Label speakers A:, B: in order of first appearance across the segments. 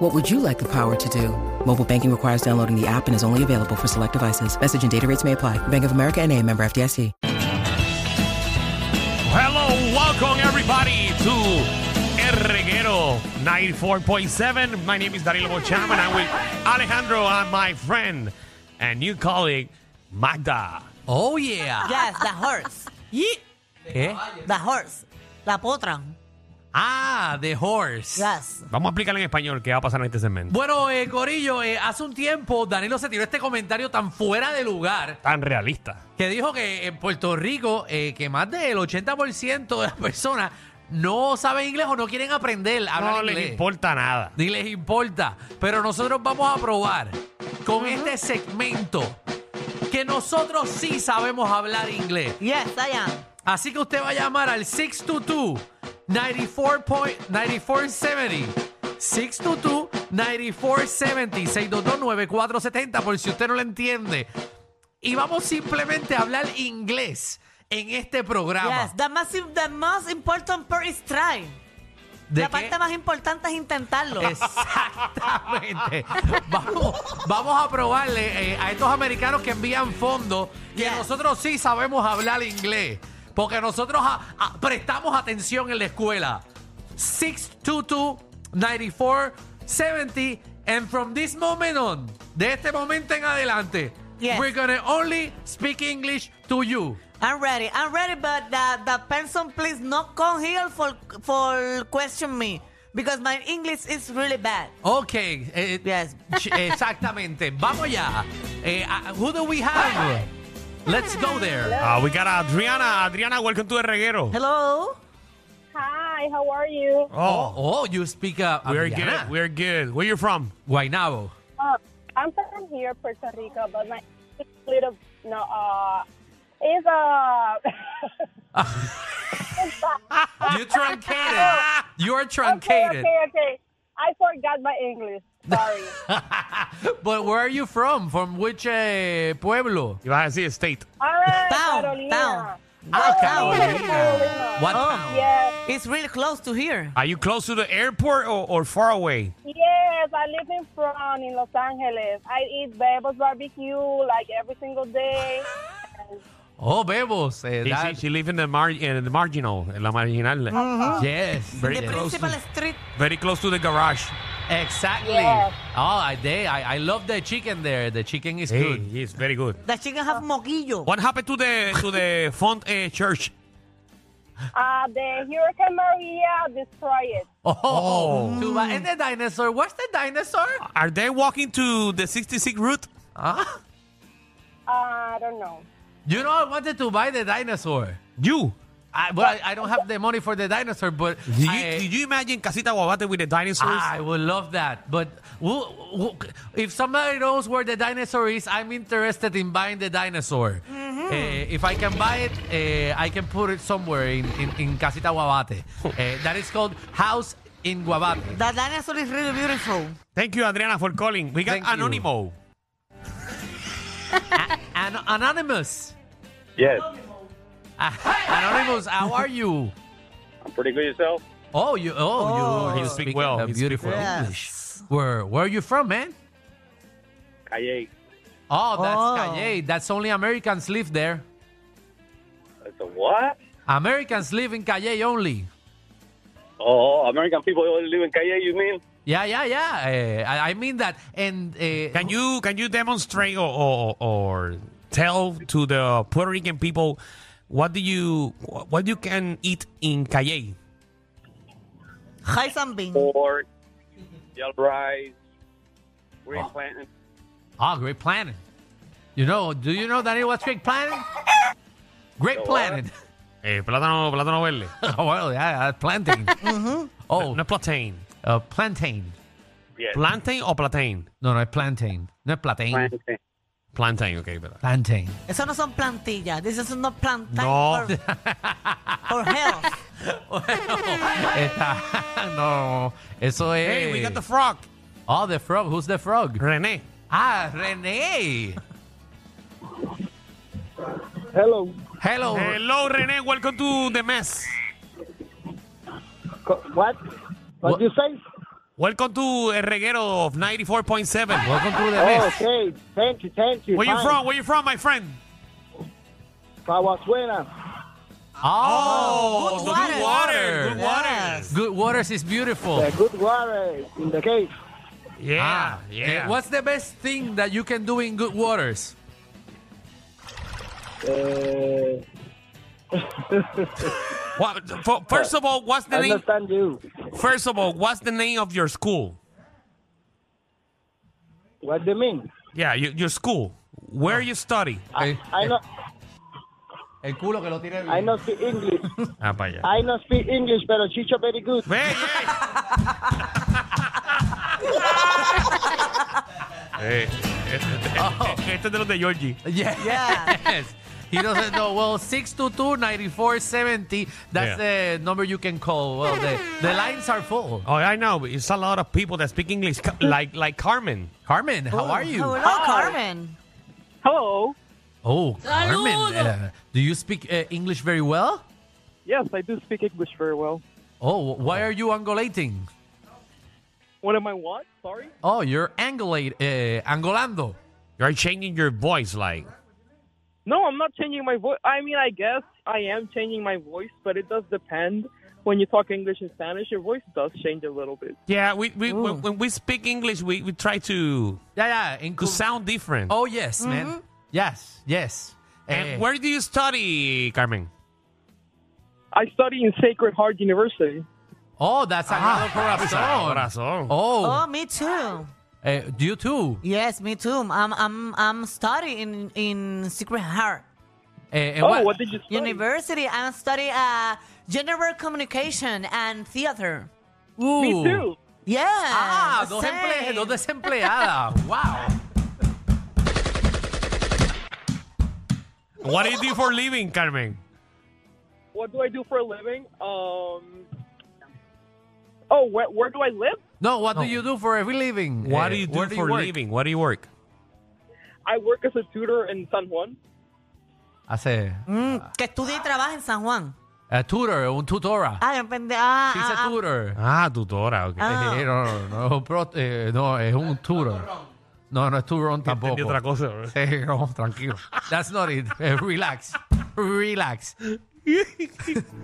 A: What would you like the power to do? Mobile banking requires downloading the app and is only available for select devices. Message and data rates may apply. Bank of America and a member FDIC.
B: Hello, welcome everybody to El Reguero 94.7. My name is Darío Bocham and I'm with Alejandro and my friend and new colleague Magda.
C: Oh yeah.
D: Yes, the horse. Yeet.
C: ¿Qué?
D: The horse. La potra.
C: Ah, The Horse.
D: Yes.
B: Vamos a explicarle en español qué va a pasar en este segmento.
C: Bueno, eh, Corillo, eh, hace un tiempo Danilo se tiró este comentario tan fuera de lugar
B: Tan realista.
C: que dijo que en Puerto Rico eh, que más del 80% de las personas no saben inglés o no quieren aprender a hablar
B: No
C: inglés.
B: les importa nada.
C: Ni les importa. Pero nosotros vamos a probar con este segmento que nosotros sí sabemos hablar inglés.
D: Yes, I am.
C: Así que usted va a llamar al 622-94.9470. 622-9470-622-9470 por si usted no lo entiende. Y vamos simplemente a hablar inglés en este programa.
D: Yes, the most, the most important part is try.
C: ¿De
D: la
C: qué?
D: parte más importante es intentarlo.
C: Exactamente. vamos, vamos a probarle eh, a estos americanos que envían fondos que
D: Yes.
C: nosotros sí sabemos hablar inglés. Porque nosotros a- a- prestamos atención en la escuela. 622-9470. And from this moment on, de este momento en adelante,
D: Yes.
C: we're gonna only speak English to you.
D: I'm ready. I'm ready, but the, the person please not come here for for question me because my English is really bad.
C: Ok. eh,
D: Yes.
C: Ch- Exactamente. Vamos ya. Eh, ah, who do we have? Let's go there.
B: Ah, we got Adriana. Adriana, welcome to El Reguero.
D: Hello.
E: Hi, how are you?
B: Oh,
C: Oh, you speak uh,
B: we're
C: Adriana.
B: good. We're good. Where you from?
C: Guaynabo.
E: Uh, I'm from here, Puerto Rico, but my little no uh is uh
C: You truncated. You are
E: okay,
C: truncated.
E: okay, okay. I forgot my English. Sorry.
C: But where are you from? From which eh, pueblo?
B: Ibas a decir state.
E: All right,
D: Town,
E: Carolina.
D: town.
C: Ah,
D: Carolina.
E: Carolina. Oh,
C: What town?
E: Yes,
D: It's really close to here.
B: Are you close to the airport or, or far away?
E: yes. I live in front in Los Angeles. I eat Bebo's barbecue like every single day.
C: Oh, Bebos. eh,
B: She,
C: that- Ah.
B: she, lives in the, mar- in the marginal, en la marginal.
C: Yes.
B: Very
D: The
B: close.
D: principal street.
B: Very close to the garage.
C: Exactly.
E: Yes.
C: Oh, I, they, I, I love the chicken there. The chicken is
B: Hey,
C: good.
B: yes, very good.
D: The chicken have moquillo.
B: What happened to the to the font uh, church?
E: Uh, the Hurricane Maria destroyed it.
C: Oh,
B: Oh.
C: too bad. And the dinosaur. What's the dinosaur?
B: Are they walking to the 66 route?
C: Ah.
E: Uh, I don't know.
C: You know, I wanted to buy the dinosaur.
B: You.
C: I, well, I, I don't have the money for the dinosaur, but
B: Did you,
C: I,
B: did you imagine Casita Guabate with the dinosaurs?
C: Ah, I would love that. But who, who, if somebody knows where the dinosaur is, I'm interested in buying the dinosaur. Eh, if I can buy it, eh, I can put it somewhere in, in, in Casita Guabate. Eh, that is called House in Guabate.
D: The dinosaur is really beautiful.
B: Thank you, Adriana, for calling. We got
C: Thank you.
B: Anonimo.
C: An- Anonymous.
F: Yes,
C: Ah, Anonymous, how are you?
F: I'm pretty good yourself.
C: Oh, you, oh, you,
B: He speak well.
C: the
B: He speak
C: beautiful
B: well.
C: English. Where, where are you from, man?
F: Calle,
C: Oh, that's
D: Oh.
C: Calle. That's only Americans live there.
F: I said, what?
C: Americans live in Calle only.
F: Oh, American people only live in Calle, you mean?
C: Yeah, yeah, yeah. Eh, I, I mean that. And eh,
B: Can you can you demonstrate or, or or tell to the Puerto Rican people what do you what you can eat in Calle?
D: Hi, Sambin.
F: Pork, yellow rice, green plantain.
C: oh, great planning. You know, do you know Daniel what's great planning? Great
F: The
C: planning.
B: Eh, plátano, plátano verde.
C: well, yeah, that's planting.
G: Mm-hmm.
C: Oh,
B: No es plantain.
C: uh, plantain.
F: Yes.
B: Plantain or plantain?
C: No, no, es plantain. No es plantain.
F: plantain.
B: Plantain, ok, pero.
C: Plantain.
D: Eso no son plantillas. This is not plantain
B: No.
D: for, for health.
C: Bueno, está. No, eso es.
B: Hey, we got the frog.
C: Oh, the frog. Who's the frog?
B: René.
C: Ah, René.
G: Hello.
C: Hello.
B: Hello, René. Welcome to the mess.
G: Co- What? What,
C: What?
G: you say?
B: Welcome to El Reguero of 94.7.
C: Welcome to the
G: Oh,
C: mess.
G: okay. Thank you, thank you.
B: Where you
G: Fine.
B: from? Where you from, my friend?
G: Paguazuela.
C: Oh,
D: Good
C: the
D: water.
B: Good water.
D: Yes.
C: Good waters is beautiful.
G: The Uh, good water in the cave.
B: Yeah,
C: Ah,
B: yeah.
C: eh, what's the best thing that you can do in good waters?
G: Uh,
B: What, for, first of all, what's
G: I
B: the name?
G: understand you.
B: First of all, what's the name of your school?
G: What do you mean?
B: Yeah, your, your school. Where you study?
C: Eh,
G: I know.
C: El culo que lo tiene.
G: I know speak English.
B: Ah, pa' allá.
G: I know speak English, pero Chicho very good.
B: Hey, hey. Hey, este, este es de los de Georgie.
C: Yes. He doesn't know. Well, 622-9470. That's the number you can call. Well, the, the lines are full.
B: Oh, I know. but It's a lot of people that speak English, ca- like like Carmen.
C: Carmen, how are you?
D: Hello, Oh, Carmen.
E: Hello.
C: Oh, Carmen. uh, do you speak uh, English very well?
H: Yes, I do speak English very well.
C: Oh, why are you angulating?
H: What am I what? Sorry?
C: Oh, you're angulate, uh, angolando.
B: You're changing your voice, like.
H: No, I'm not changing my voice. I mean, I guess I am changing my voice, but it does depend. When you talk English and Spanish, your voice does change a little bit.
B: Yeah, we, we when, when we speak English, we, we try to
C: Yeah, yeah.
B: to
C: Inclu-
B: sound different.
C: oh, yes,
D: Mm-hmm.
C: man. Yes, yes. Eh,
B: And where do you study, Carmen?
H: I study in Sacred Heart University.
C: oh, that's another corazón.
B: Ah, Corazón.
C: Oh,
D: Oh, me too.
C: eh, you too.
D: Yes, me too. I'm I'm I'm studying in Secret Heart
C: Eh, and
H: Oh, what did you study?
D: University. I'm studying uh, general communication and theater.
C: Ooh.
H: Me too.
D: Yeah.
C: Ah, dos,
D: same.
C: emple- dos desempleadas. wow.
B: What do you do for living, Carmen?
H: What do I do for a living? Um. Oh, where, where do I live?
C: No, what do you do for a living?
B: What
C: Eh,
B: do you do
C: where
B: for
C: work?
B: living? What do you work?
H: I work as a tutor in San Juan.
C: Hace
D: Mm, que estudia y trabaja en San Juan.
C: a tutor, un tutora.
D: Ah, yo pende- ah,
C: She's
D: ah,
C: a
D: ah.
C: tutor.
B: Ah, tutora. Okay.
D: Ah.
C: Eh, no, no, no, no, pro- eh, no, es un tutor. No, no es turón tampoco.
B: Entendí otra cosa. bro.
C: Eh, no, tranquilo. That's not it. Eh, relax. Relax. she,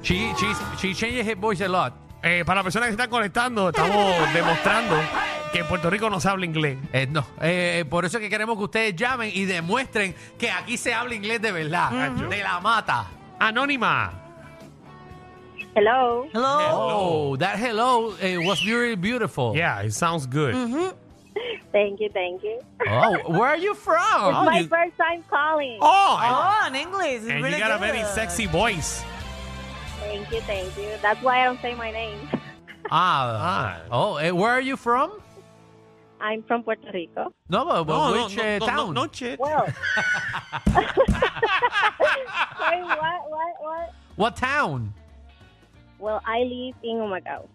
C: she's, she changes her voice a lot.
B: Eh, para las personas que se están conectando, estamos demostrando que en Puerto Rico no se habla inglés.
C: Eh, no, eh, por eso es que queremos que ustedes llamen y demuestren que aquí se habla inglés de verdad. De la mata.
B: Anónima.
E: Hello.
D: Hello.
C: Oh, that hello eh, was really beautiful.
B: Yeah, it sounds good.
E: Thank you, thank you.
C: Oh, where are you from?
B: Oh,
E: My
B: you-
E: first time calling.
B: Oh, and-
D: Oh, in English. It's
B: and,
D: really
B: you got a
D: good.
B: very sexy voice.
E: Thank you, thank you. That's why I don't say my name.
C: Ah,
B: Ah.
C: oh, eh, where are you from?
E: I'm from Puerto Rico.
C: No, but, but
B: no,
C: which
B: no,
C: eh,
B: no,
C: town?
B: no, no shit. Oh,
E: Well. Sorry, what, what, what?
C: What town?
E: Well, I live in Humacao.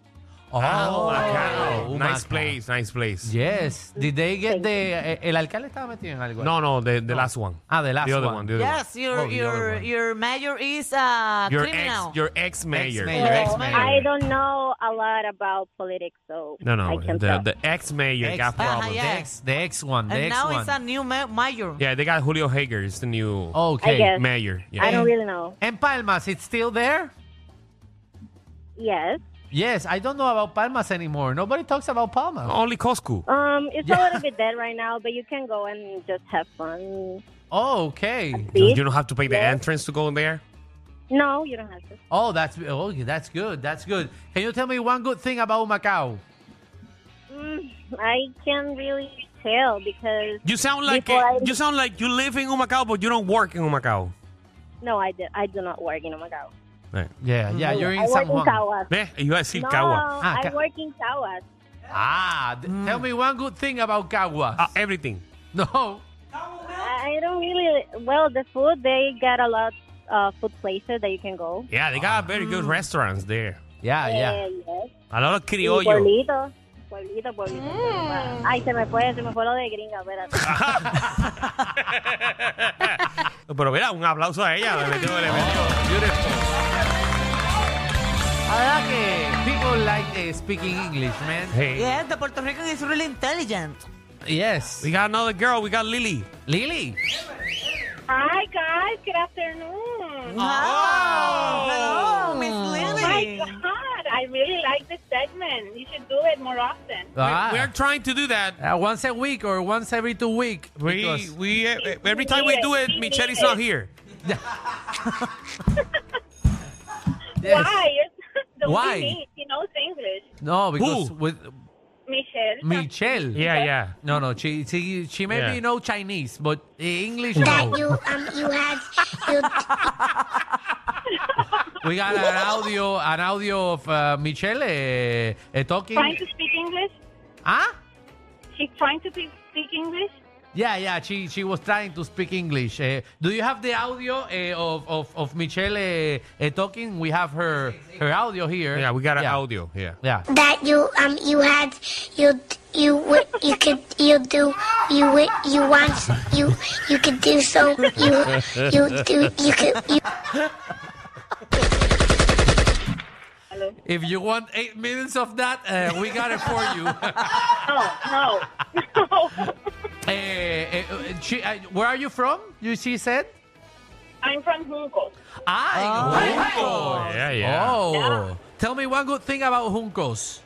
C: Oh,
B: Ah, Macao.
C: Humacao.
B: Nice place, nice place.
C: Yes. Did they get the eh, el alcalde estaba metido en algo?
B: No, no, the, the last one.
C: Ah, the last
B: the other
C: one.
B: one. the other one.
D: Yes, your
C: Oh, the other
D: your
C: one.
D: your mayor is a
B: Your
D: criminal.
B: ex, your ex mayor.
C: Ex-mayor. Your ex-mayor.
E: I don't know a lot about politics, so
B: No, no,
E: I can't
B: the,
E: tell.
B: the ex mayor
C: Ex- Ah,
B: got
D: Ajá,
B: problems.
D: yeah.
C: The ex, the ex one, the
D: and
C: ex
D: now
C: one.
D: it's a new ma- mayor.
B: Yeah, they got Julio Hager. It's the new
E: I
C: okay.
E: guess.
B: mayor. Yeah.
E: I don't really know.
C: And Palmas, it's still there?
E: Yes.
C: Yes, I don't know about Palmas anymore. Nobody talks about Palmas.
B: Only Costco.
E: Um, it's
C: Yeah.
E: a little bit dead right now, but you can go and just have fun.
C: Oh, okay.
B: You,
E: See?
B: you don't have to pay the entrance to go in there.
E: No, you don't have to.
C: Oh, that's oh, that's good. That's good. Can you tell me one good thing about Macau?
E: Mm, I can't really tell because
B: You sound like
E: Before I-
B: you sound like you live in Humacao, but you don't work in Humacao.
E: no, I do, I do not work in Omagao.
B: Right.
C: Yeah, yeah, you're in
E: Mm-hmm. I
C: San
E: work in
C: Juan.
E: Tawas.
B: Eh, you are still
E: No,
B: Cagua.
C: Ah,
E: I
C: Ca-
E: work in Tawas. Mm.
B: eh.
C: Ah, th- tell me one good thing about Caguas.
B: Uh, everything.
C: no.
E: I, I don't really. Well, the food they got a lot of food places that you can go.
B: Yeah, they got very good restaurants there.
C: Yeah, Ah, yeah.
E: Eh, yes.
B: A lot of
E: Y
B: criollo.
E: pueblito, pueblito, pueblito. Ay, se me fue, se me fue lo de gringa, espérate.
B: Pero mira, un aplauso a ella. le metió- le metió.
C: La verdad que people like eh, speaking English, man.
B: Hey.
D: Yes, the Puerto Rican is really intelligent.
C: Yes.
B: We got another girl. We got Lily.
C: Lily.
E: Hi guys, good
D: Oh.
E: afternoon.
C: Ah,
E: Oh
D: Wow. Hello, Miss Lily.
E: God, I really like this segment. You should do it more often.
C: Ah,
B: We are trying to do that.
C: uh, once a week or once every two week.
B: We,
C: Because
B: we eh, every time we do it, Michelle is not here.
C: yes.
E: You're the
C: one Why? neat.
E: She knows English.
C: no, because
B: Who?
C: with
E: Michelle.
C: Michelle.
B: Yeah, yeah.
C: No, no. She she, she
B: Yeah.
C: maybe know Chinese, but eh, English no.
I: you um you had you
C: we got an audio an audio of uh, Michelle eh, eh, talking. Ah?
E: speak English.
C: Huh?
E: She's trying to speak English.
C: Yeah, yeah, she she was trying to speak English. Eh, do you have the audio eh, of, of of Michelle eh, eh, talking? We have her her audio here.
B: Yeah, we got an
C: yeah.
B: audio. Yeah.
C: Yeah.
I: that you um you had you you would you could you do you would you want you you could do so you you do you could you
C: If you want eight minutes of that, eh, we got it for you.
E: No, no, no.
C: Eh, eh, eh, she, eh, where are you from? You she said.
E: I'm from Junco.
C: Ah, in Juncos.
B: Yeah, yeah.
C: Oh, tell me one good thing about Juncos.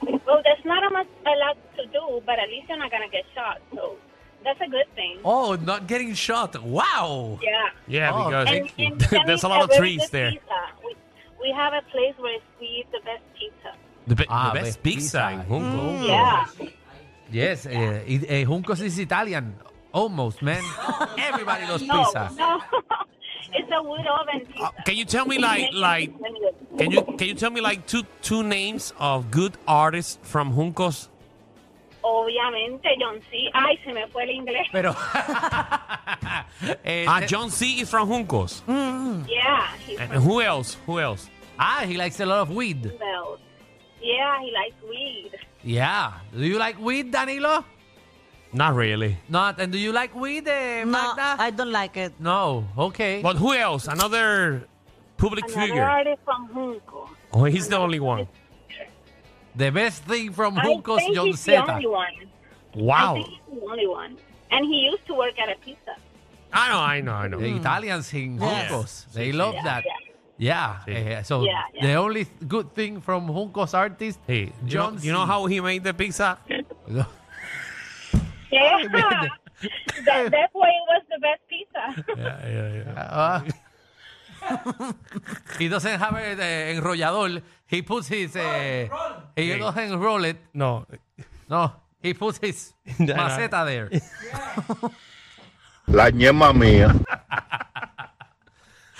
E: Well, there's not a, much, a lot to do, but at least you're not gonna get shot, so that's a good thing.
C: Oh, not getting shot. Wow.
E: Yeah.
B: Yeah,
C: Oh,
B: because
E: And, and Miami
B: there's a
E: has
B: lot of
E: very
B: trees
E: good
B: there.
E: Pizza. We, we have a place where we eat the best pizza.
B: The, be-
C: Ah,
B: the best
C: best
B: pizza in
C: pizza.
B: Hong Kong.
E: Mm, Yeah.
C: Yes, eh, it- eh, Juncos is Italian. Almost, man. Everybody loves
E: No,
C: pizza.
E: no. it's a wood oven pizza.
B: Uh, Can you tell me like like can you can you tell me like two two names of good artists from Juncos?
E: Obviamente, John C. Ay, se me fue el inglés.
C: Pero. Eh,
B: Ah,
C: te-
B: John C is from Juncos.
E: Yeah, he's
B: And
E: from
B: who else? Who else?
C: ah, he likes a lot of weed.
E: Belt. Yeah, he likes weed.
C: Yeah. Do you like weed, Danilo?
B: Not really.
C: Not. And do you like weed, eh,
D: No,
C: Magda?
D: I don't like it.
C: No. Okay.
B: But who else? Another public
E: Another
B: figure.
E: artist from Junco.
B: Oh, he's the only one.
C: the best thing from
E: I
C: Juncos,
E: think
C: John
E: he's the
C: Zeta.
E: only one. I
B: Wow.
E: think he's the only one. And he used to work at a pizza.
B: I know, I know, I know.
C: The Italians in
D: Yes.
C: Juncos, they love
E: Yeah,
C: that.
E: yeah.
C: Yeah. eh, so
E: Yeah, yeah.
C: the only th- good thing from Juncos artist,
B: Hey, you know,
C: John.
B: you know how he made the pizza?
C: how?
E: Yeah.
C: man.
E: that, that's why it was the best pizza.
B: Yeah, yeah, yeah.
C: he doesn't have an uh, enrollador. He puts his. Uh, he
B: Hey.
C: doesn't roll it.
B: No.
C: No, he puts his
B: No, no.
C: maceta there.
G: La ñema mía.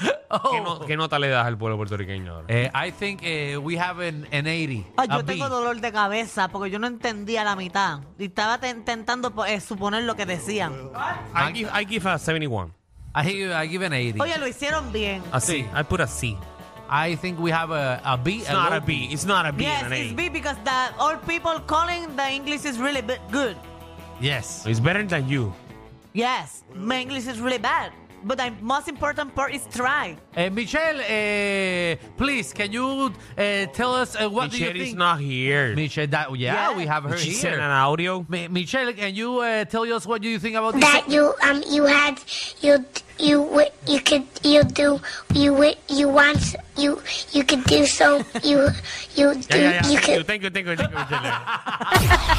B: ¿Qué, no- qué nota le das al pueblo puertorriqueño ahora?
C: Oh. Eh, I think eh, we have an, an 80.
D: Ay,
C: a
D: Ah, yo
C: B.
D: tengo dolor de cabeza porque yo no entendía la mitad. Y estaba te- intentando po- eh, suponer lo que decían.
B: I give, I give a 71.
C: I, give- I give an 80.
D: Oye, lo hicieron bien.
B: A C. I put a C.
C: I think we have a, a B.
B: It's not
C: low
B: a B. It's not a B
D: Yes,
B: and an
D: it's
B: A.
D: B because the all people calling the English is really bit good.
C: Yes.
B: It's better than you.
D: Yes, my English is really bad. But the most important part is try.
C: Eh, Michelle, eh, please, can you eh, tell us eh, what
B: Michelle
C: do you
B: is
C: think?
B: not here.
C: Michelle, that, yeah,
D: Yeah.
C: we have her
B: She
C: here.
B: sent an audio.
C: Mi- Michelle, can you uh, tell us what you think about this?
I: that you um you had you you would you could you do you would you want you you could do so you you do
B: Yeah, yeah, yeah.
I: you
B: Thank you,
I: could
B: thank you, thank you, thank you, Michelle.